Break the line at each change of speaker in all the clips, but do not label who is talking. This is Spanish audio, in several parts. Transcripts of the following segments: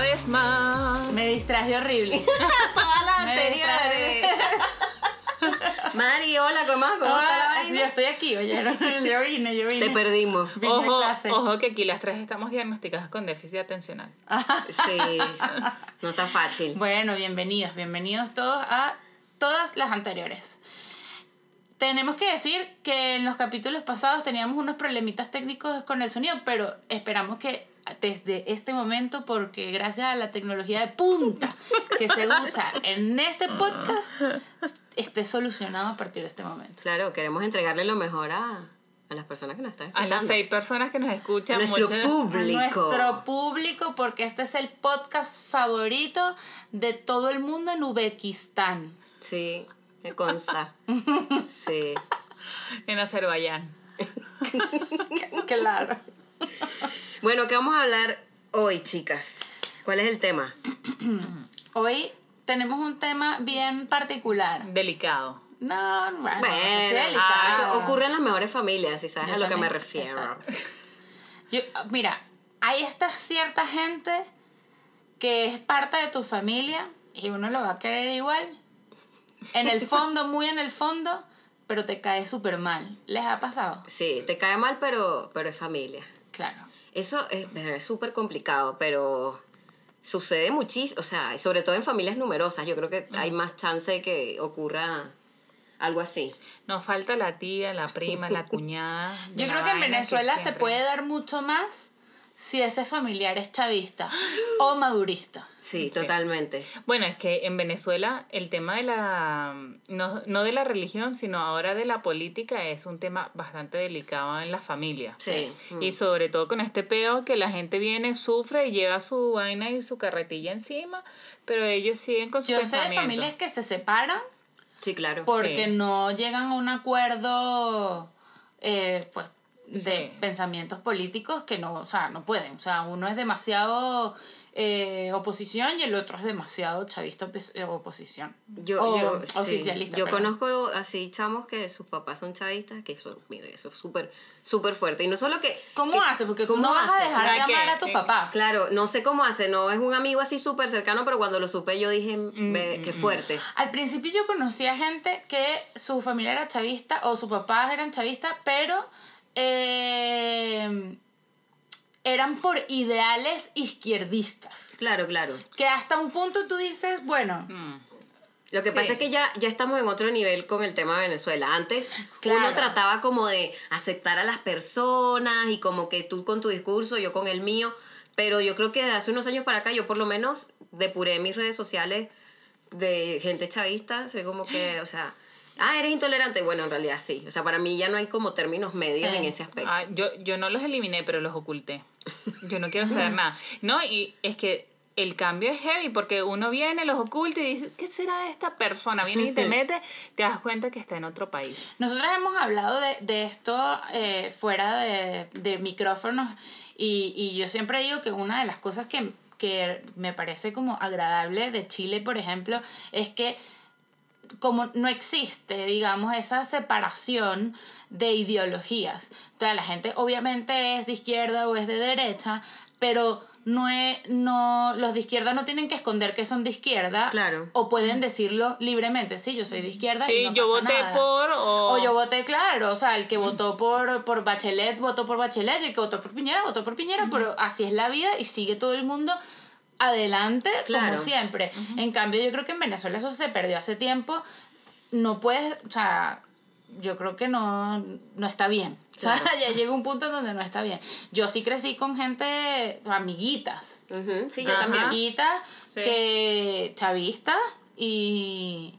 vez más.
Me distraje horrible. Todas las
Me
anteriores.
Mari, hola, ¿cómo, cómo está la
Ay, yo
vaina?
estoy aquí, oyeron. Yo vine, yo vine.
Te perdimos.
Vine a
Ojo,
clase.
ojo, que aquí las tres estamos diagnosticadas con déficit atencional.
Sí, no está fácil.
Bueno, bienvenidos, bienvenidos todos a todas las anteriores. Tenemos que decir que en los capítulos pasados teníamos unos problemitas técnicos con el sonido, pero esperamos que desde este momento, porque gracias a la tecnología de punta que se usa en este podcast, esté solucionado a partir de este momento.
Claro, queremos entregarle lo mejor a, a las personas que nos están
A las
escuchando.
seis personas que nos
A
escuchan.
nuestro
muchas-
público.
A nuestro público, porque este es el podcast favorito de todo el mundo en Uzbekistán.
Sí, me consta. Sí.
en Azerbaiyán.
Claro.
Bueno, ¿qué vamos a hablar hoy, chicas? ¿Cuál es el tema?
Hoy tenemos un tema bien particular.
Delicado.
No, bueno,
Bueno,
es delicado.
ah, eso ocurre en las mejores familias, si sabes
Yo
a lo que
también,
me refiero.
exacto. Yo- mira, hay esta cierta gente que es parte de tu familia y uno lo va a querer igual. En el fondo, muy en el fondo, pero te cae súper mal. ¿Les ha pasado?
Sí, te cae mal, pero, pero es familia.
Claro.
Eso es es súper complicado, pero sucede muchísimo, o sea, y sobre todo en familias numerosas, yo creo que hay más chance de que ocurra algo así.
Nos falta la tía, la prima, la cuñada.
Yo
una
creo que en
vaina
Venezuela se
siempre-
puede dar mucho más si ese familiar es chavista o madurista.
Sí,
Sí.
totalmente.
Bueno, es que en Venezuela el tema de la. No, no de la religión, sino ahora de la política es un tema bastante delicado en la familia.
Sí. Mm.
Y sobre todo con este peo que la gente viene, sufre y lleva su vaina y su carretilla encima, pero ellos siguen con su
Yo sé de
pensamiento.
familias que se separan
Sí, claro.
porque
Sí.
no llegan a un acuerdo eh, pues, de
Sí.
pensamientos políticos que no, o sea, no pueden. O sea, uno es demasiado eh, oposición y el otro es demasiado chavista opi- eh, oposición.
Yo,
o
yo, sí.
oficialista,
yo
perdón.
conozco así chamos que sus papás son chavistas, que eso, mire, eso es súper, súper fuerte. Y no solo que...
¿Cómo
que-
haces? Porque tú
¿cómo
no vas a
haces?
dejar de
¿Verdad que-
amar a tu
que-
papá.
Claro, no sé cómo hace, no es un amigo así súper cercano, pero cuando lo supe yo dije, ve,
mm,
qué
mm.
fuerte.
Al principio yo conocía gente que su familia era chavista o sus papás eran chavistas, pero eh, eran por ideales izquierdistas.
Claro, claro.
Que hasta un punto tú dices, bueno,
Mm.
Lo que
Sí.
pasa es que ya, ya estamos en otro nivel con el tema de Venezuela. Antes uno
Claro.
trataba como de aceptar a las personas y como que tú con tu discurso, yo con el mío, pero yo creo que de hace unos años para acá yo por lo menos depuré mis redes sociales de gente chavista, sé como que, o sea, ah, eres intolerante, bueno, en realidad sí, o sea, para mí ya no hay como términos medios
Sí.
en ese aspecto.
Ah, yo, yo no los eliminé, pero los oculté. Yo no quiero saber nada. No, y es que el cambio es heavy porque uno viene, los oculta y dice, ¿qué será de esta persona? Viene y te mete, te das cuenta que está en otro país.
Nosotras hemos hablado de, de esto eh, fuera de, de micrófonos y, y yo siempre digo que una de las cosas que, que me parece como agradable de Chile, por ejemplo, es que como no existe, digamos, esa separación de ideologías. Entonces la gente obviamente es de izquierda o es de derecha, pero no es, no, los de izquierda no tienen que esconder que son de izquierda.
Claro.
O pueden decirlo libremente, sí, yo soy de izquierda. y
Sí,
no
yo
pasa
voté
nada.
por o...
O yo voté, claro, o sea, el que votó por, por Bachelet votó por Bachelet, y el que votó por Piñera votó por Piñera, pero así es la vida y sigue todo el mundo adelante
Claro.
como siempre. En cambio, yo creo que en Venezuela eso se perdió hace tiempo. No puedes, o sea, yo creo que no, no está bien. O sea,
Claro.
ya llega un punto en donde no está bien. Yo sí crecí con gente, amiguitas,
Ujú, Sí, yo
Ajá.
también.
amiguitas,
Sí.
que chavistas y,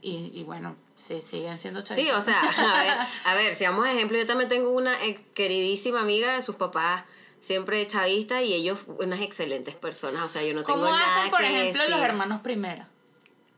y, y bueno, sí, siguen siendo chavistas.
Sí, o sea, a ver, a ver, seamos ejemplo, yo también tengo una ex- queridísima amiga de sus papás, siempre chavista, y ellos unas excelentes personas, o sea, yo no tengo
¿Cómo
nada
hacen, por
que
ejemplo, los
decir.
hermanos primero?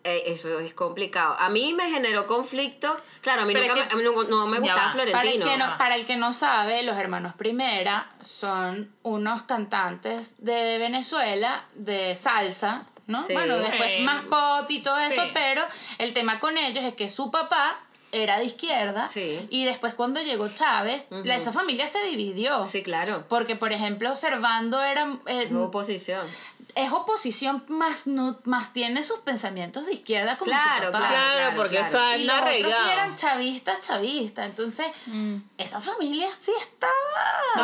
Eh, eso es complicado. A mí me generó conflicto, claro, a mí
Pero
nunca
es que-
me- a mí no, no me
Ya
gustaba
va.
Para el,
Florentino.
que no,
ajá.
para el que no sabe, los hermanos Primera son unos cantantes de Venezuela de salsa, ¿no?
Sí.
Bueno, después
Sí.
más pop y todo eso,
Sí.
pero el tema con ellos es que su papá era de izquierda
Sí.
y después cuando llegó Chávez,
Ujú.
la- esa familia se dividió.
Sí, claro.
Porque, por ejemplo, Servando era... eh,
No oposición.
es oposición, más, no, más tiene sus pensamientos de izquierda como
Claro,
su papá.
claro.
Claro, porque
claro.
está
Y
en
los
la
otros sí
regada.
eran chavistas, chavistas. Entonces,
Mm.
esa familia sí estaba.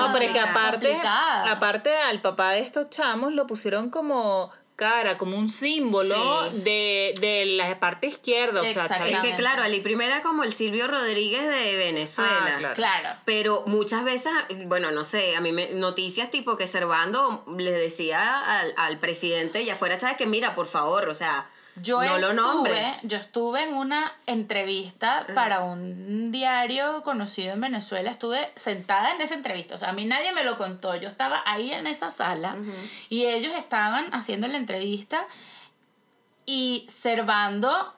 No, pero es que
Está
aparte,
complicada.
aparte al papá de estos chamos lo pusieron como cara, como un símbolo
Sí.
de, de la parte izquierda. O sea,
Exacto.
Es
Chavez-
que claro, Ali primero era como el Silvio Rodríguez de Venezuela.
Ah, claro.
Claro.
Pero muchas veces, bueno, no sé, a mí me, noticias tipo que Servando les decía al, al presidente, ya fuera Chávez, que mira, por favor, o sea,
Yo
No lo
estuve,
nombres. Mm.
yo estuve en una entrevista para un diario conocido en Venezuela, estuve sentada en esa entrevista, o sea, a mí nadie me lo contó, yo estaba ahí en esa sala
Mm.
y ellos estaban haciendo la entrevista y Servando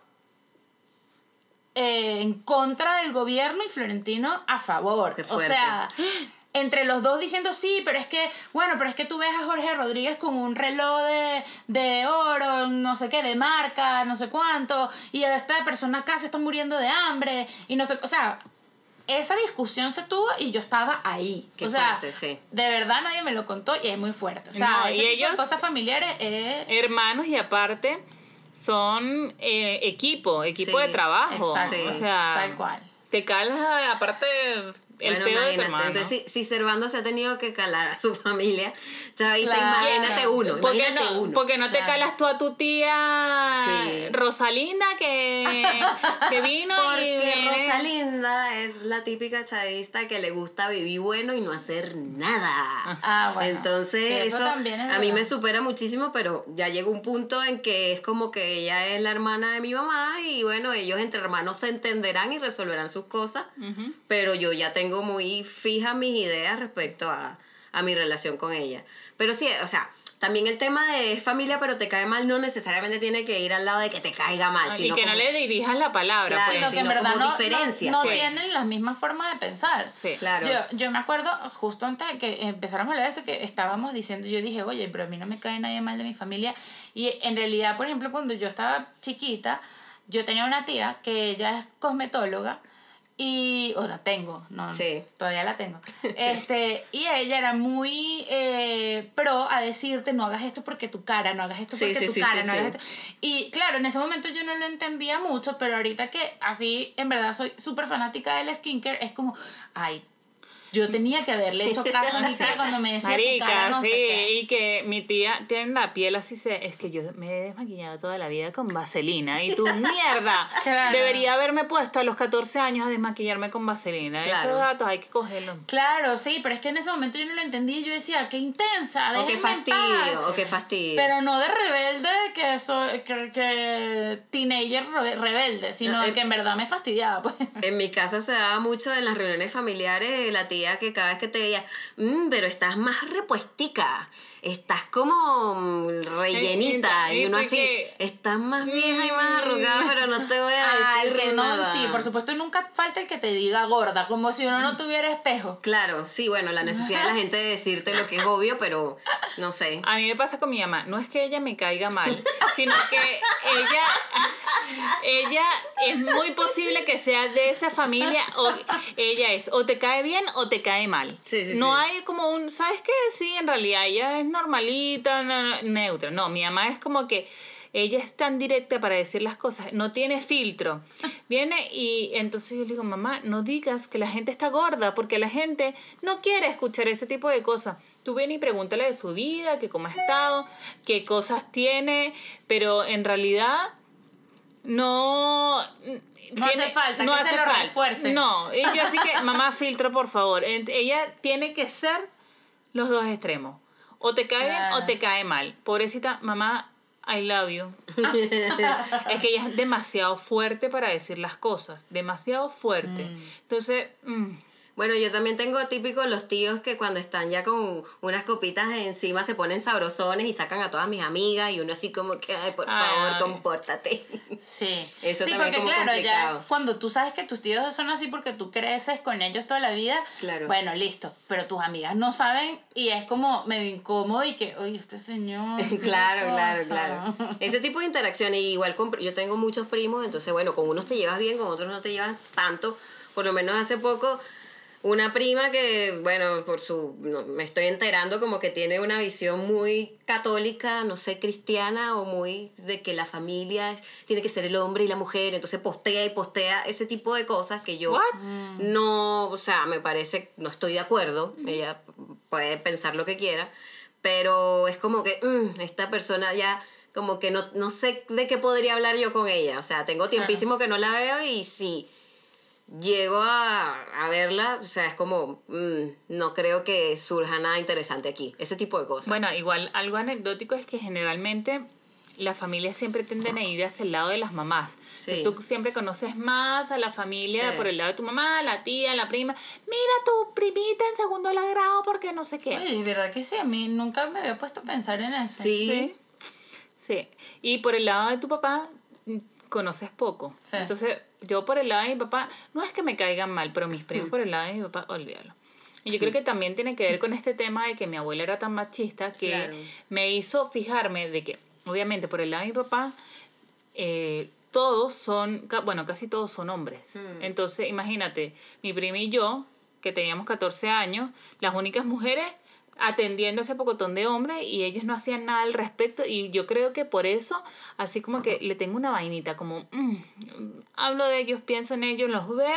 eh, en contra del gobierno y Florentino a favor.
Qué
O
fuerte.
sea, entre los dos diciendo sí, pero es que, bueno, pero es que tú ves a Jorge Rodríguez con un reloj de, de oro, no sé qué, de marca, no sé cuánto, y esta persona acá se está muriendo de hambre, y no sé, o sea, esa discusión se tuvo y yo estaba ahí.
Qué
o sea,
fuerte, sí.
de verdad nadie me lo contó y es muy fuerte. O sea,
No,
ese
y
tipo de
ellos-
cosas familiares es...
hermanos y aparte son eh, equipo, equipo
Sí,
de trabajo.
Exacto,
sí,
o sea,
tal cual.
te calas aparte el
Bueno,
peo de tu
imagínate.
hermano.
Entonces, si, si Servando se ha tenido que calar a su familia, Chavita,
Claro.
imagínate uno,
porque
imagínate
no,
uno.
porque no te
Claro.
calas tú a tu tía
Sí.
Rosalinda que, que vino y
Porque
viene-
Rosalinda es la típica chavista que le gusta vivir bueno y no hacer nada.
Ah, bueno.
Entonces,
Sí,
eso,
también es
a mí
verdad.
me supera muchísimo, pero ya llegó un punto en que es como que ella es la hermana de mi mamá y bueno, ellos entre hermanos se entenderán y resolverán sus cosas,
Ujú.
pero yo ya tengo muy fijas mis ideas respecto a, a mi relación con ella. Pero sí, o sea, también el tema de es familia, pero te cae mal, no necesariamente tiene que ir al lado de que te caiga mal,
Ah, y
sino
que no
como-
le dirijas la palabra.
Claro,
pues.
Sino que en
sino
verdad
como
no, no-
diferencias,
no
sí.
tienen las mismas formas de pensar.
Sí.
Claro.
Yo, yo me acuerdo, justo antes de que empezáramos a hablar de esto, que estábamos diciendo, yo dije, oye, pero a mí no me cae nadie mal de mi familia. Y en realidad, por ejemplo, cuando yo estaba chiquita, yo tenía una tía que ella es cosmetóloga y, o la tengo, no,
Sí.
todavía la tengo. Este, y ella era muy eh, pro a decirte, no hagas esto porque tu cara, no hagas esto
Sí,
porque
sí,
tu
sí,
cara,
sí,
no
sí.
hagas esto. Y claro, en ese momento yo no lo entendía mucho, pero ahorita que así, en verdad, soy súper fanática del skincare, es como, ay, yo tenía que haberle hecho caso a mi tía cuando me decía
Marica,
tu cara, no
sí,
sé qué.
y que mi tía tiene la piel así, se, es que yo me he desmaquillado toda la vida con vaselina y tú, mierda,
Claro.
debería haberme puesto a los 14 años a desmaquillarme con vaselina.
Claro.
Esos datos hay que cogerlos.
Claro, sí, pero es que en ese momento yo no lo entendía y yo decía, qué intensa,
O oh, qué
déjenme en paz".
fastidio, o qué fastidio.
Pero no de rebelde, que soy, que, que teenager re- rebelde, sino
No, eh,
que en verdad me fastidiaba, pues.
En mi casa se daba mucho en las reuniones familiares eh, la tía que cada vez que te veía, "Mm, pero estás más repuestica, estás como mm, rellenita,
Rellenita,
y uno
¿viste
así,
que?
estás más vieja y más arrugada, pero no te voy a
Ay,
decir
que no,
nada".
sí, por supuesto, nunca falta el que te diga gorda, como si
Mm.
uno no tuviera espejo.
Claro, sí, bueno, la necesidad de la gente de decirte lo que es obvio, pero no sé.
A mí me pasa con mi mamá, no es que ella me caiga mal, sino que ella, ella es muy posible que sea de esa familia, o ella es o te cae bien o te cae mal.
Sí, sí,
no
sí.
hay como un, ¿sabes qué? Sí, en realidad ella es normalita, no- no- neutra. No, mi mamá es como que ella es tan directa para decir las cosas, no tiene filtro. Viene y entonces yo le digo, mamá, no digas que la gente está gorda, porque la gente no quiere escuchar ese tipo de cosas. Tú ven y pregúntale de su vida, que cómo ha estado, qué cosas tiene, pero en realidad no... mm, No
hace falta, que se lo refuerce.
No, y yo así que, mamá, filtro, por favor. Ent- Ella tiene que ser los dos extremos. O te cae bien
Claro.
o te cae mal. Pobrecita, mamá, I love you. Es que ella es demasiado fuerte para decir las cosas, demasiado fuerte.
Mm.
Entonces, mm,
Bueno, yo también tengo típico los tíos que cuando están ya con unas copitas encima se ponen sabrosones y sacan a todas mis amigas y uno así como que, "Ay, por favor,
Ay.
compórtate.
Sí.
Eso
sí,
también
porque
como
claro,
complicado.
ya cuando tú sabes que tus tíos son así porque tú creces con ellos toda la vida,
Claro.
bueno, listo, pero tus amigas no saben y es como medio incómodo y que, oye, este señor. qué
claro, claro,
cosa".
claro. Ese tipo de interacciones, y igual con- yo tengo muchos primos, entonces bueno, con unos te llevas bien, con otros no te llevas tanto. Por lo menos hace poco Una prima que, bueno, por su. no, me estoy enterando como que tiene una visión muy católica, no sé, cristiana, o muy de que la familia es- tiene que ser el hombre y la mujer, entonces postea y postea ese tipo de cosas que yo.
What?
Mm.
No, o sea, me parece, no estoy de acuerdo, ella puede pensar lo que quiera, pero es como que mm, esta persona ya, como que no, no sé de qué podría hablar yo con ella, o sea, tengo tiempísimo que no la veo y si llego a, a verla, o sea, es como, mm, no creo que surja nada interesante aquí, ese tipo de cosas.
Bueno, igual algo anecdótico es que generalmente las familias siempre tienden a ir hacia el lado de las mamás.
Sí.
pues
Entonces, tú siempre conoces más a la familia
Sí.
por el lado de tu mamá, la tía, la prima. Mira tu primita en segundo grado porque no sé qué.
Oye, de verdad que sí, a mí nunca me había puesto a pensar en eso.
Sí.
Sí. Sí. Y por el lado de tu papá, mm, conoces poco.
Sí.
Entonces, yo por el lado de mi papá, no es que me caigan mal, pero mis primos por el lado de mi papá, olvídalo. Y yo creo que también tiene que ver con este tema de que mi abuela era tan machista que
Claro.
me hizo fijarme de que, obviamente, por el lado de mi papá, eh, todos son, ca- bueno, casi todos son hombres.
Mm.
Entonces, imagínate, mi prima y yo, que teníamos 14 años, las únicas mujeres atendiendo ese pocotón de hombres y ellos no hacían nada al respecto y yo creo que por eso, así como que le tengo una vainita, como mm, mm, hablo de ellos, pienso en ellos, los veo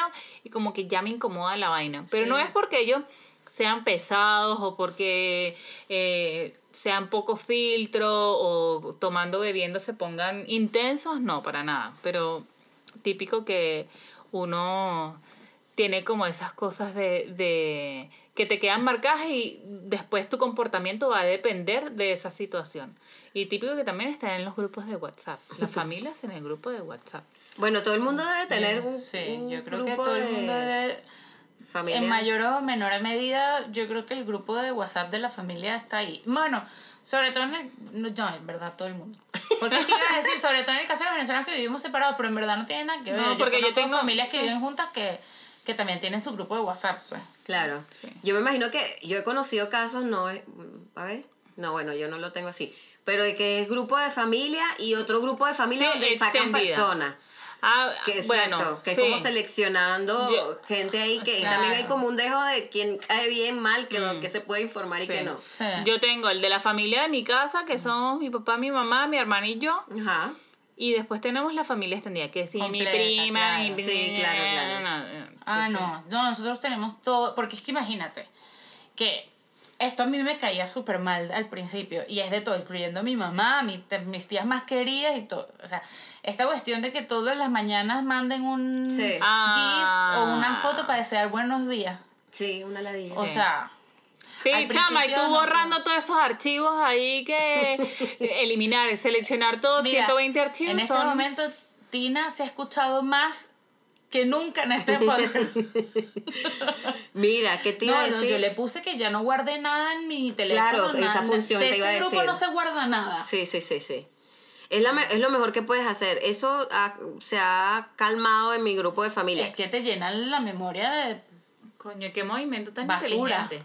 y como que ya me incomoda la vaina. Pero no
Sí.
es porque ellos sean pesados o porque eh, sean poco filtro o tomando, bebiendo se pongan intensos, no, para nada. Pero típico que uno tiene como esas cosas de, de que te quedan marcadas y después tu comportamiento va a depender de esa situación. Y típico que también está en los grupos de WhatsApp, las familias en el grupo de WhatsApp.
Bueno, todo el mundo debe tener
Bien,
un,
Sí,
un
yo creo que
grupo
todo el mundo
de
debe-
familia.
En mayor o menor medida, yo creo que el grupo de WhatsApp de la familia está ahí. Bueno, sobre todo en el... No, no, en verdad, todo el mundo. Porque es que iba a decir, sobre todo en el caso de los venezolanos que vivimos separados, pero en verdad no tiene nada que ver.
No, porque yo
conozco
tengo-
familias que
sí.
viven juntas que, que también tienen su grupo de WhatsApp, pues.
Claro.
Sí.
Yo me imagino que yo he conocido casos, no es. A ver. No, bueno, yo no lo tengo así. Pero de que es grupo de familia y otro grupo de familia
Sí,
donde sacan
extendida.
personas.
Ah,
Que,
bueno,
exacto, que
sí.
es como seleccionando
Yo-
gente ahí que y
Claro.
también hay como un dejo de quién cae bien, mal, que,
Mm.
que se puede informar y
Sí.
que no.
Sí.
Yo tengo el de la familia de mi casa, que somos mi papá, mi mamá, mi hermana y yo.
Ajá.
Y después tenemos la familia extendida, que sí,
Completa,
mi prima,
claro.
mi prima.
Sí, claro, claro.
Ah,
Entonces,
no, no, nosotros tenemos todo, porque es que imagínate, que esto a mí me caía súper mal al principio, y es de todo, incluyendo a mi mamá, a mi te- mis tías más queridas y todo. O sea, esta cuestión de que todas las mañanas manden un
Sí.
eh, GIF
Ah.
o una foto para desear buenos días.
Sí, una ladilla.
O
Sí.
sea,
Sí,
Al
chama, y tú
principio no.
borrando todos esos archivos ahí que eliminar, seleccionar todos
Mira,
120 archivos.
en este
son-
momento Tina se ha escuchado más que nunca en este podcast.
Mira, ¿qué te iba
No,
a
no,
decir?
yo le puse que ya no guardé nada en mi teléfono.
Claro, esa
nada,
función
de
te iba a
ese grupo
decir.
no se guarda nada.
Sí, sí, sí, sí. Es, la me- es lo mejor que puedes hacer. Eso ha- se ha calmado en mi grupo de familia.
Es que te llenan la memoria de...
Coño, qué movimiento tan
Basura.
inteligente.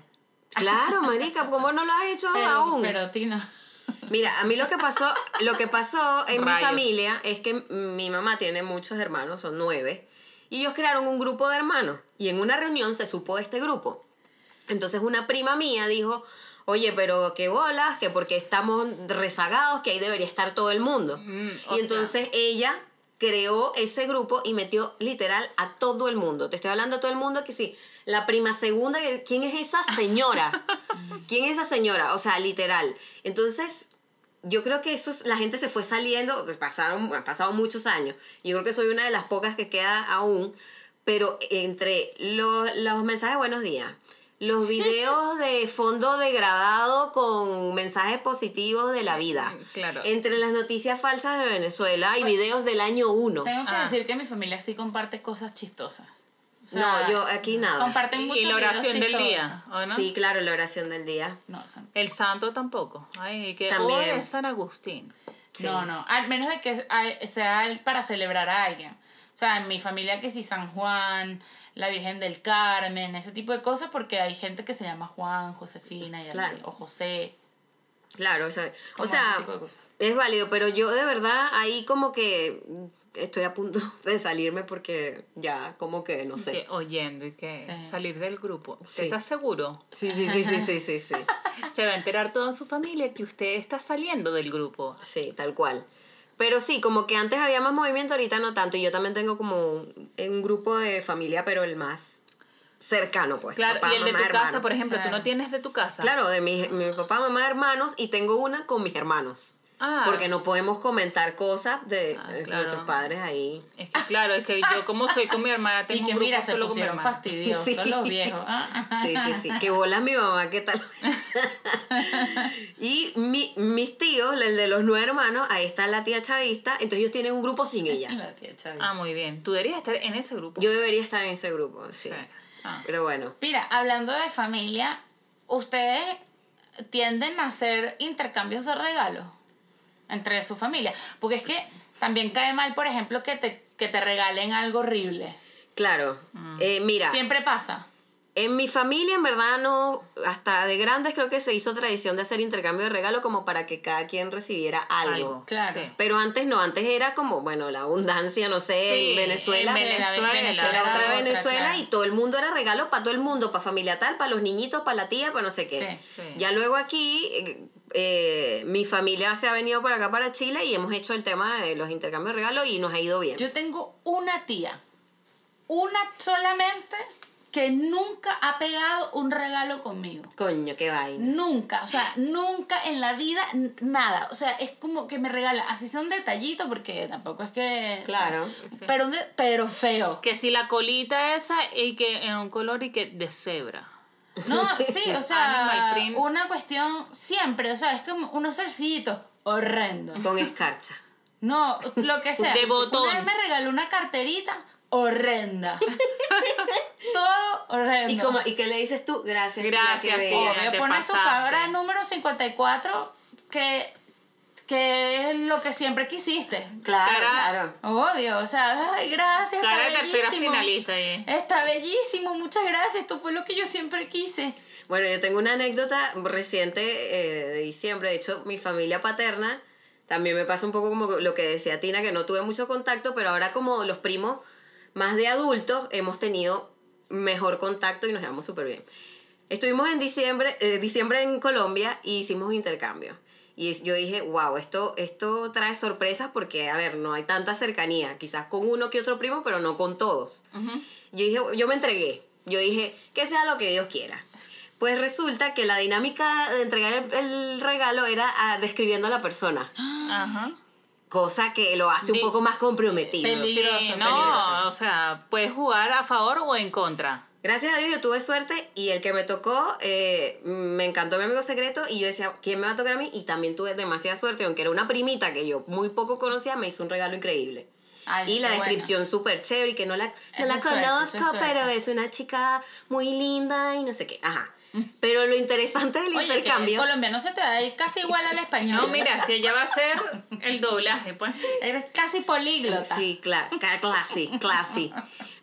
Claro, marica, pues, ¿cómo no lo has hecho
Pero,
Ah, aún?
pero, Tina.
Mira, a mí lo que pasó, lo que pasó en mi
Rayos.
familia es que mi mamá tiene muchos hermanos, son nueve, y ellos crearon un grupo de hermanos. Y en una reunión se supo de este grupo. Entonces una prima mía dijo, oye, pero qué bolas, que porque estamos rezagados, que ahí debería estar todo el mundo.
Mm, o
Y
sea,
entonces ella creó ese grupo y metió literal a todo el mundo. Te estoy hablando a todo el mundo que sí. La prima segunda, que- ¿quién es esa señora? ¿Quién es esa señora? O sea, literal. Entonces, yo creo que eso es- la gente se fue saliendo, pues, pasaron, han pasado muchos años. Yo creo que soy una de las pocas que queda aún, pero entre lo- los mensajes buenos días, los videos de fondo degradado con mensajes positivos de la vida,
Mm, claro.
Eh,
entre las noticias falsas de Venezuela y videos del año 1.
Tengo que
Ah.
decir que mi familia sí comparte cosas chistosas. O sea,
No, yo aquí nada.
Comparten muchos
y la
videos
oración del
chistosos.
día, ¿o no?
Sí, claro, la oración del día.
No, o sea,
El santo tampoco. Ay, que
También.
hoy es San Agustín.
Sí.
no, no. Al menos de que hay- sea el- para celebrar a alguien. O sea, en mi familia que sí San Juan, la Virgen del Carmen, ese tipo de cosas, porque hay gente que se llama Juan, Josefina y así,
Claro.
o José.
Claro, o sea, o
como
sea,
ese tipo de cosas.
es válido, pero yo de verdad ahí como que estoy a punto de salirme porque ya como que no sé.
Que oyendo y que
Sí.
salir del grupo. ¿Usted
Sí.
está seguro?
Sí, sí, sí, sí, sí, sí, sí.
Ah.
Se va a enterar toda su familia que usted está saliendo del grupo.
Sí, tal cual. Pero sí, como que antes había más movimiento, ahorita no tanto. Y yo también tengo como un, un grupo de familia, pero el más cercano, pues.
Claro,
papá,
y el de tu
mamá,
casa,
hermano.
por ejemplo, tú
Claro.
no tienes de tu casa.
Claro, de mi, mi papá, mamá, hermanos, y tengo una con mis hermanos.
Ah,
Porque no podemos comentar cosas de
Ah,
eh,
claro.
nuestros padres ahí.
Es que claro, es que yo como soy con mi hermana, tengo
Y que
un grupo
mira, se
solo con mi hermana.
pusieron fastidiosos
Sí.
los viejos. Ah,
Sí, sí, sí. Que bola mi mamá, ¿qué tal? y mi- mis tíos, el de los nueve hermanos, ahí está la tía chavista, entonces ellos tienen un grupo sin ella.
La tía Chavi.
Ah, muy bien. Tú deberías estar en ese grupo.
Yo debería estar en ese grupo, sí.
Sí. Ah.
Pero bueno.
Mira, hablando de familia, ustedes tienden a hacer intercambios de regalos entre su familia. Porque es que también cae mal, por ejemplo, que te, que te regalen algo horrible.
Claro,
Mm.
Eh, mira,
Siempre pasa.
en mi familia en verdad no, hasta de grandes creo que se hizo tradición de hacer intercambio de regalo como para que cada quien recibiera algo.
Algo.
Claro.
Sí.
Pero antes no, antes era como, bueno, la abundancia, no sé,
Sí,
en Venezuela.
en Venezuela,
Venezuela,
Era otra
otra,
Venezuela
claro.
y todo el mundo era regalo para todo el mundo, para familia tal, para los niñitos, para la tía, para no sé qué.
Sí.
Sí.
Ya luego aquí, eh, eh, mi familia se ha venido para acá, para Chile, y hemos hecho el tema de los intercambios de regalos y nos ha ido bien.
Yo tengo una tía, una solamente, que nunca ha pegado un regalo conmigo.
Coño, qué vaina.
Nunca, o sea, nunca en la vida n- nada. O sea, es como que me regala, así sea un detallito, porque tampoco es que.
Claro.
Sí.
Pero, un de- pero feo.
Que si la colita esa y que en un color y que de cebra.
No, sí, o
Animal
sea,
print.
una cuestión siempre, o sea, es como unos cercitos horrendo.
Con escarcha.
No, lo que sea.
De botón.
Una vez me regaló una carterita horrenda. Todo horrendo.
¿Y, como, ¿Y qué le dices tú? Gracias.
Gracias,
tía, qué
tía.
bella.
Obvio,
te
pones tu
pasaste.
cabra número 54, que, que es lo que siempre quisiste.
Claro,
Cara-
claro.
Obvio, o sea, ay, gracias,
Cara de
está
tercera
bellísimo.
finalista ahí.
Está bellísimo, muchas gracias, esto fue lo que yo siempre quise.
Bueno, yo tengo una anécdota reciente eh, de diciembre. De hecho, mi familia paterna también me pasa un poco como lo que decía Tina, que no tuve mucho contacto, pero ahora como los primos más de adultos hemos tenido mejor contacto y nos llevamos súper bien. Estuvimos en diciembre, eh, diciembre en Colombia y hicimos un intercambio. Y es- yo dije, wow, esto, esto trae sorpresas porque, a ver, no hay tanta cercanía. Quizás con uno que otro primo, pero no con todos. Yo dije, yo me entregué. Yo dije, que sea lo que Dios quiera. Pues resulta que la dinámica de entregar el, el regalo era ah, describiendo a la persona,
Ajá.
cosa que lo hace un
Di-
poco más comprometido.
Peli- Peligroso,
Sí, no,
peligroso.
o sea, puedes jugar a favor o en contra.
Gracias a Dios yo tuve suerte y el que me tocó, eh, me encantó mi amigo secreto y yo decía, ¿quién me va a tocar a mí? Y también tuve demasiada suerte, aunque era una primita que yo muy poco conocía, me hizo un regalo increíble.
Ay,
Y la
qué bueno.
descripción súper chévere y que no la, no
Eso
la
es suerte, eso es
conozco, pero
suerte.
es una chica muy linda y no sé qué. Ajá. Pero lo interesante del
Mm. Oye, que el
intercambio.
colombiano se te da ahí casi igual al español.
No, mira, si ella va a hacer el doblaje, pues.
Eres casi políglota.
Sí, cla- ca- classy, classy.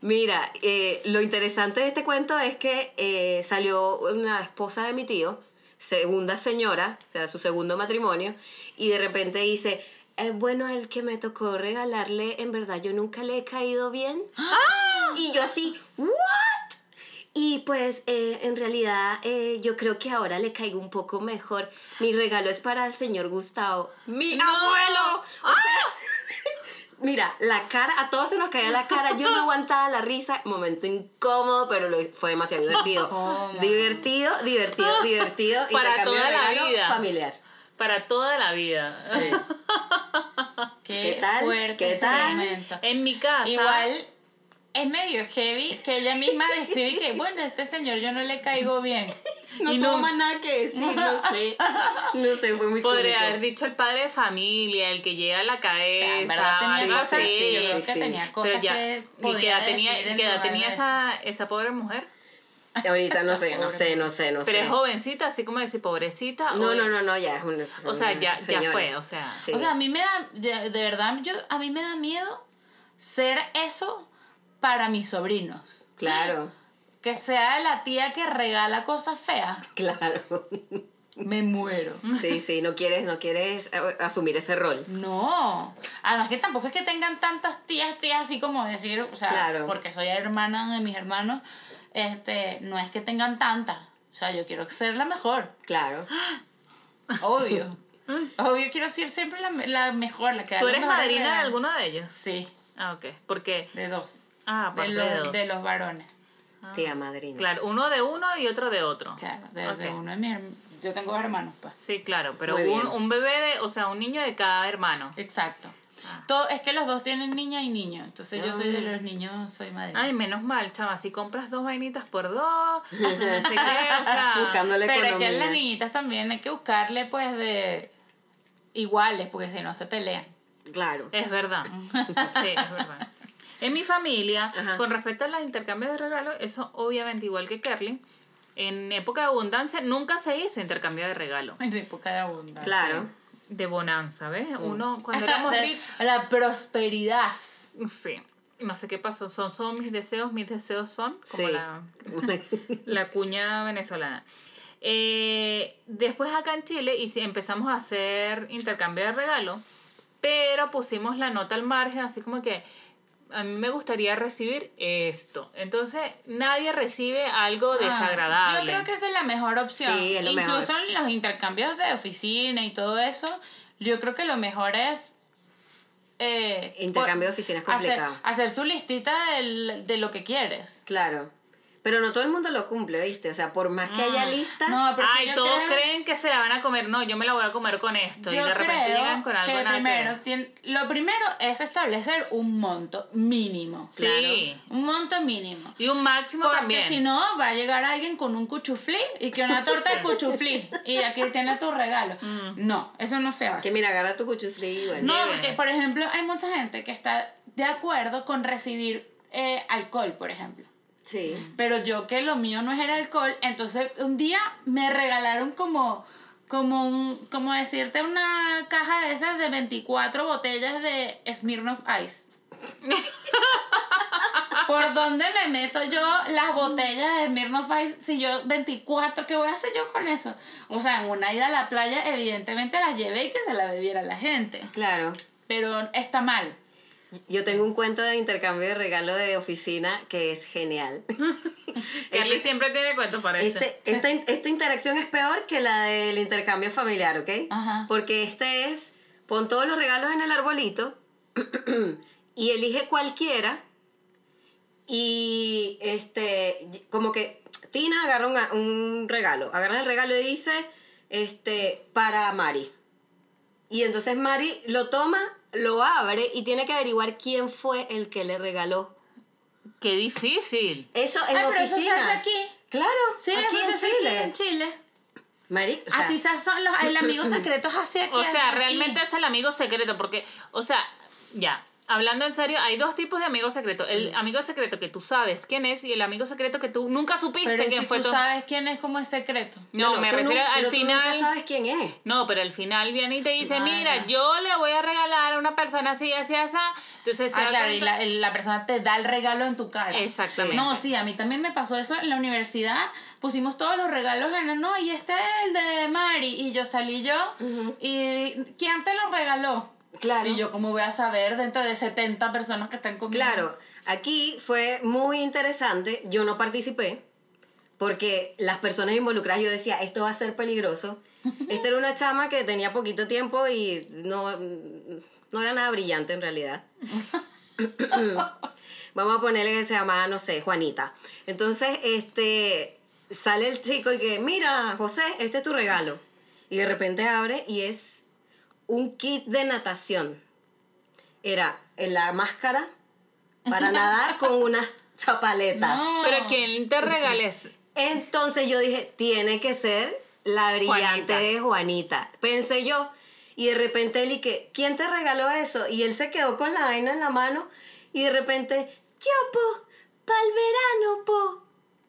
Mira, eh, lo interesante de este cuento es que eh, salió una esposa de mi tío, segunda señora, o sea, su segundo matrimonio, y de repente dice, "Eh, bueno, el que me tocó regalarle, en verdad yo nunca le he caído bien. Y yo así, ¿what? Y pues eh, en realidad eh, yo creo que ahora le caigo un poco mejor. Mi regalo es para el señor Gustavo. Mi abuelo. O sea, mira, la cara, a todos se nos caía la cara. Yo no aguantaba la risa. Momento incómodo, pero lo- fue demasiado divertido.
Oh, my.
divertido, divertido, divertido.
Para
Intercambio de
toda la
regalo
vida.
Familiar.
Para toda la vida.
Qué,
¿Qué tal?
fuerte
¿Qué
ese
tal?
momento.
En mi casa.
Igual es medio heavy que ella misma describe que, bueno, este señor yo no le caigo bien.
No Y tuvo no- más
nada que decir, no sé. No sé, fue muy
Podría
cómico.
haber dicho el padre de familia, el que llega a la
O sea, en
cabeza.
verdad tenía
sí,
algo
cosas,
así.
sí,
yo creo que
sí.
tenía cosas
Pero ya,
que
¿y qué
podía
edad tenía,
decir en
qué edad
lugar
tenía
de
esa, esa pobre mujer?
Ahorita no sé, no sé, no sé, no sé.
Pero es jovencita, así como decir pobrecita. o-
No, no, no, no, ya es una.
O sea, ya, ya
señora.
fue, o sea.
Sí.
O sea, a mí me da, de, de verdad, yo, a mí me da miedo ser eso para mis sobrinos.
Claro,
Que sea la tía que regala cosas feas.
claro.
Me muero.
Sí, sí, no quieres, no quieres eh, asumir ese rol.
No. Además que tampoco es que tengan tantas tías, tías, así como decir, o sea,
Claro.
porque soy hermana de mis hermanos, este, no es que tengan tantas. O sea, yo quiero ser la mejor,
Claro.
obvio. obvio quiero ser siempre la, me- la mejor, la que da
¿Tú
los
eres
mejores
madrina de
regalos.
alguno de ellos?
Sí,
Ah, ok. Porque.
de dos.
Ah,
De
aparte
los,
de dos.
de los varones.
Ah.
Tía madrina.
Claro, uno de uno y otro de otro.
Claro, de, de
Ok.
uno de mis hermanos. Yo tengo dos hermanos, pues.
Sí, claro, pero
Muy bien.
un, un bebé de, o sea, un niño de cada hermano.
Exacto.
Ah.
Todo, es que los dos tienen niña y niño. Entonces yo soy de
Ah.
los niños, soy madrina.
Ay, menos mal, chama, si compras dos vainitas por dos, no sé qué, o sea,
Buscando la
Pero es que a
economía.
las niñitas también hay que buscarle, pues, de iguales, porque si no se pelean.
Claro.
es verdad. Sí, es verdad. En mi familia,
Ajá.
con respecto a los intercambios de regalos, eso obviamente igual que Kerly, en época de abundancia nunca se hizo intercambio de regalo,
En época de abundancia.
Eh,
Claro.
de bonanza, ¿ves?
Mm.
Uno cuando éramos
De-
ricos,
la prosperidad.
sí, no sé qué pasó, son, son mis deseos, mis deseos son como
Sí.
la La cuña venezolana. Eh, después acá en Chile y si empezamos a hacer intercambio de regalo, pero pusimos la nota al margen, así como que a mí me gustaría recibir esto. Entonces nadie recibe algo
Ah,
desagradable.
Yo creo que esa es la mejor opción.
Sí, es lo mejor.
Incluso en los intercambios de oficina y todo eso, yo creo que lo mejor es... eh,
Intercambio de oficinas
po- hacer,
complicado.
hacer su listita del- de lo que quieres.
Claro. Pero no todo el mundo lo cumple, ¿viste? O sea, por más que haya
Mm.
lista.
No, pero
Ay,
yo
todos
creo-
creen que se la van a comer. No, yo me la voy a comer con esto. y de repente
creo
llegan con algo
que
nada que
primero
ver.
tien- lo primero es establecer un monto mínimo.
Sí.
Un monto mínimo.
Y un máximo
Porque
también.
si no, va a llegar alguien con un cuchuflí y que una torta de cuchuflí y aquí tiene tu regalo.
Mm.
No, eso no se hace.
Que mira, agarra tu cuchuflí y bueno.
No,
Nieve.
porque por ejemplo hay mucha gente que está de acuerdo con recibir eh, alcohol, por ejemplo.
Sí.
Pero yo que lo mío no es el alcohol, entonces un día me regalaron como como un como decirte una caja de esas de 24 botellas de Smirnoff Ice. ¿Por dónde me meto yo las botellas de Smirnoff Ice si yo 24 qué voy a hacer yo con eso? O sea, en una ida a la playa evidentemente las llevé y que se la bebiera la gente,
Claro.
pero está mal.
Yo tengo un cuento de intercambio de regalo de oficina que es genial.
Carly siempre tiene cuentos para eso.
Este- esta, in- esta interacción es peor que la del intercambio familiar, ¿ok?
Ajá.
Porque este es, pon todos los regalos en el arbolito y elige cualquiera y este, y- como que Tina agarra un, a- un regalo, agarra el regalo y dice, este, para Mari. Y entonces Mari lo toma, lo abre y tiene que averiguar quién fue el que le regaló.
Qué difícil.
Eso en
Ay,
la
pero
oficina.
eso se hace aquí.
Claro,
Sí,
aquí
eso
en
se hace
Chile.
aquí en Chile.
Mari, o sea,
Así se son los el amigos secretos así aquí.
O sea,
aquí.
realmente es el amigo secreto, porque, o sea, ya, hablando en serio, hay dos tipos de amigos secretos. El
Mm.
amigo secreto que tú sabes quién es y el amigo secreto que tú nunca supiste
Pero
quién
si
fue
tú
tu- Ah,
sabes quién es como es secreto.
No,
pero
me
tú nu-
refiero al
pero tú nunca
final.
sabes quién es.
No, pero al final viene y te dice,
Claro.
mira, yo le voy a regalar a una persona así, así, así. Entonces, se
Ah,
da
claro, y
cuenta-
la, el- la persona te da el regalo en tu cara.
Exactamente.
No, sí, a mí también me pasó eso en la universidad. Pusimos todos los regalos en el, no, y este es el de Mari. Y yo salí yo. ¿Y quién te lo regaló?
Claro.
Y yo, ¿cómo voy a saber dentro de 70 personas que están conmigo?
Claro, aquí fue muy interesante. Yo no participé porque las personas involucradas, yo decía, esto va a ser peligroso. Esta era una chama que tenía poquito tiempo y no, no era nada brillante en realidad. Vamos a ponerle que se llamaba, no sé, Juanita. Entonces, este, sale el chico y que, mira, José, este es tu regalo. Y de repente abre y es un kit de natación. Era en la máscara para nadar con unas chapaletas.
No.
Pero quien te regales.
Entonces yo dije, tiene que ser la brillante
Juanita.
de Juanita. Pensé yo. Y de repente él y que, ¿quién te regaló eso? Y él se quedó con la vaina en la mano y de repente, yo po, pa'l verano po.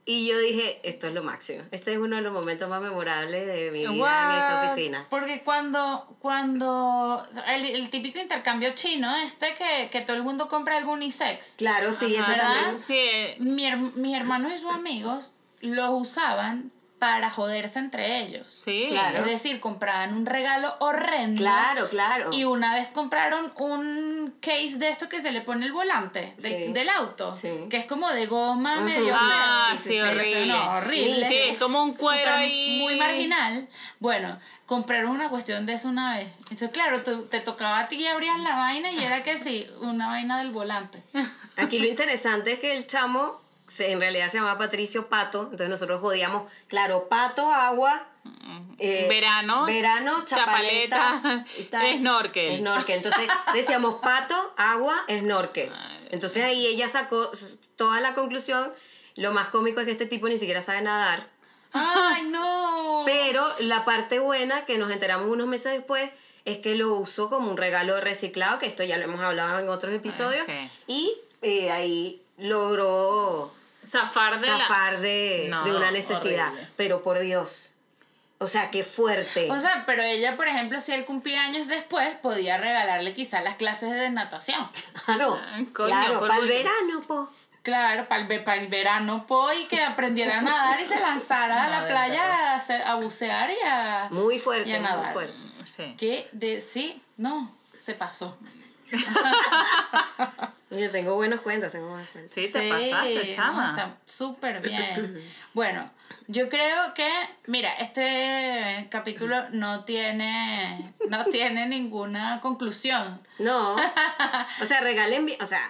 Y yo dije, esto es lo máximo. Este es uno de los momentos más memorables de mi vida en esta
What?
oficina.
Porque cuando, cuando el, el típico intercambio chino, este que, que todo el mundo compra algún unisex,
Claro, sí,
Ajá,
eso
¿verdad?
también.
Sí, eh,
mi, her- mis hermanos y sus amigos los usaban para joderse entre ellos.
Sí,
Claro.
Es decir, compraban un regalo horrendo.
Claro, claro.
Y una vez compraron un case de esto que se le pone el volante de-
Sí.
del auto,
Sí.
que es como de goma
Ujú.
medio feo.
Ah, sí,
feo, feo,
horrible.
no, horrible.
Sí, es como un cuero
Súper
ahí.
Muy marginal. Bueno, compraron una cuestión de eso una vez. Entonces, claro, tú- te tocaba a ti y abrías la vaina y era que sí, una vaina del volante.
Aquí lo interesante es que el chamo se- en realidad se llamaba Patricio Pato, entonces nosotros jodíamos, claro, Pato, agua, eh,
mm, verano,
verano,
chapaleta,
chapaletas, y tal.
snorkel.
Snorkel. Entonces decíamos pato, agua, snorkel.
Ay.
Entonces ahí ella sacó s- toda la conclusión. Lo más cómico es que este tipo ni siquiera sabe nadar.
¡Ay, no!
Pero la parte buena que nos enteramos unos meses después es que lo usó como un regalo reciclado, que esto ya lo hemos hablado en otros episodios.
Ah, sí.
Y eh, ahí logró
Zafar de la-
zafar de,
No,
de una necesidad.
horrible.
Pero por Dios. O sea, qué fuerte.
O sea, pero ella, por ejemplo, si él cumplía años después, podía regalarle quizás las clases de natación.
claro,
Ah, coño,
claro,
por
para el
último.
verano, po.
Claro, para el, verano, po, y que aprendiera a nadar y se lanzara a la
Madre
playa
de
a, hacer- a bucear y a...
Muy
Y a
fuerte, muy
nadar.
fuerte.
Sí.
¿Qué? De, sí, no, se pasó.
Yo tengo buenos cuentos, tengo buenos cuentos.
Sí, te
Sí,
pasaste,
no,
chama.
está súper bien. Bueno, yo creo que, mira, este capítulo no tiene, no tiene ninguna conclusión.
No. O sea, regalen, bi- o sea,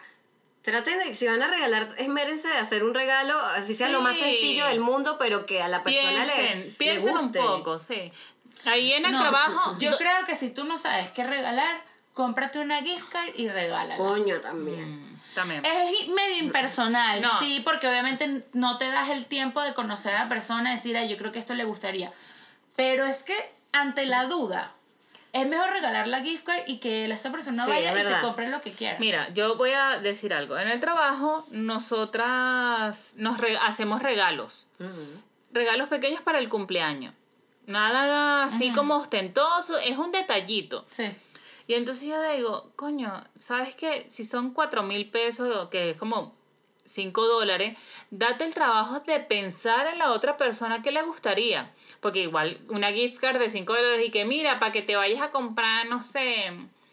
traten de, si van a regalar, esmérense de hacer un regalo, así sea lo más
Sí.
sencillo del mundo, pero que a la persona le- le,
Piensen, piensen un
guste.
poco, sí. Ahí en el
No,
trabajo,
Yo
do-
creo que si tú no sabes qué regalar, cómprate una gift card y regálala.
Coño, también. Eh.
Mm, también.
Es medio impersonal,
No.
sí, porque obviamente no te das el tiempo de conocer a la persona y decir, ay, yo creo que esto le gustaría. Pero es que ante la duda, es mejor regalar la gift card y que esa persona
Sí,
vaya
es
y se
verdad.
compre lo que quiera.
Mira, yo voy a decir algo. En el trabajo, nosotras nos re- hacemos regalos.
Ujú.
Regalos pequeños para el cumpleaños. Nada así
Ujú.
como ostentoso, es un detallito.
Sí.
Y entonces yo digo, coño, ¿sabes qué? Si son cuatro mil pesos, que es como 5 dólares, date el trabajo de pensar en la otra persona que le gustaría. Porque igual una gift card de 5 dólares y que mira, para que te vayas a comprar, no sé,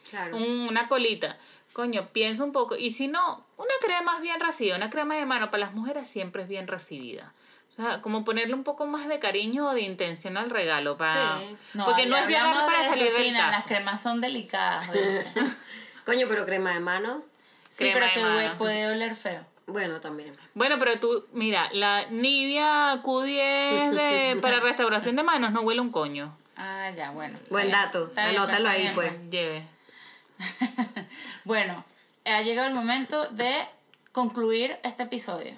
Claro.
un- una colita. Coño, piensa un poco. Y si no, una crema es bien recibida. Una crema de mano para las mujeres siempre es bien recibida. O sea, como ponerle un poco más de cariño o de intención al regalo. Para...
Sí.
Porque
ya
no es llegar
hablamos
para
de
salir del
Tina, Las
caso.
cremas son delicadas. oíste.
Coño, pero crema de mano,
sí,
Crema
pero
de
que
mano.
hue- puede oler feo.
bueno, también.
Bueno, pero tú, mira, la Nivea Q10 de- para restauración de manos no huele un coño.
Ah, ya, bueno. está
Buen
bien,
dato,
está bien,
anótalo
está
ahí,
bien,
pues.
Lleve.
Bueno, eh, ha llegado el momento de concluir este episodio.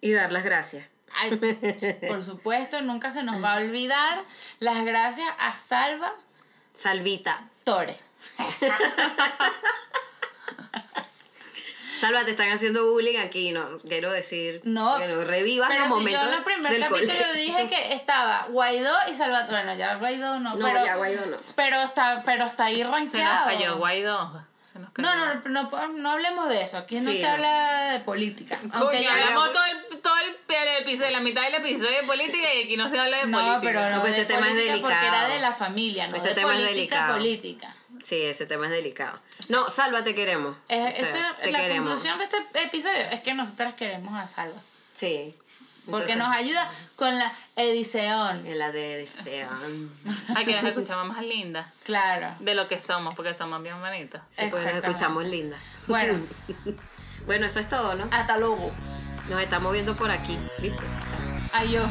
Y dar las gracias.
Ay, por supuesto, nunca se nos va a olvidar las gracias a Salva
Salvita.
Tore.
Salva, te están haciendo bullying aquí, no quiero decir.
No.
Que no revivas
Pero
los
si
momentos
yo en el primer
del
capítulo
cole.
dije que estaba Guaidó y Salva Bueno, ya Guaidó no,
No,
pero,
ya Guaidó no.
pero está, pero está ahí rankeado.
Se nos cayó Guaidó. Se nos cayó.
No, no, no, no, no hablemos de eso. Aquí no
Sí,
se
no.
habla de política.
Coño,
Aunque ya
hablamos
ya-
todo el, todo el, el episodio, la mitad del episodio de política y aquí no se habla de
No,
política.
pero no.
No, pues
de
ese tema es
política Porque
delicado.
era de la familia, no
Ese
de
tema es
política,
delicado.
política.
Sí, ese tema es delicado. No, Salva, te queremos.
Eh, Es-
O sea,
esa- la conclusión de este episodio es que nosotras queremos a Salva.
Sí.
Porque
Entonces,
nos ayuda con la edición.
En la de pues, deseo.
Hay que nos escuchamos más lindas
Claro.
de lo que somos, porque estamos bien bonitas.
Sí, pues nos
Exactamente.
escuchamos linda.
Bueno,
Bueno, eso es todo, ¿no?
hasta luego.
Nos estamos viendo por aquí, ¿viste? Chao.
Adiós.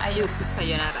Adiós.
Sayonara.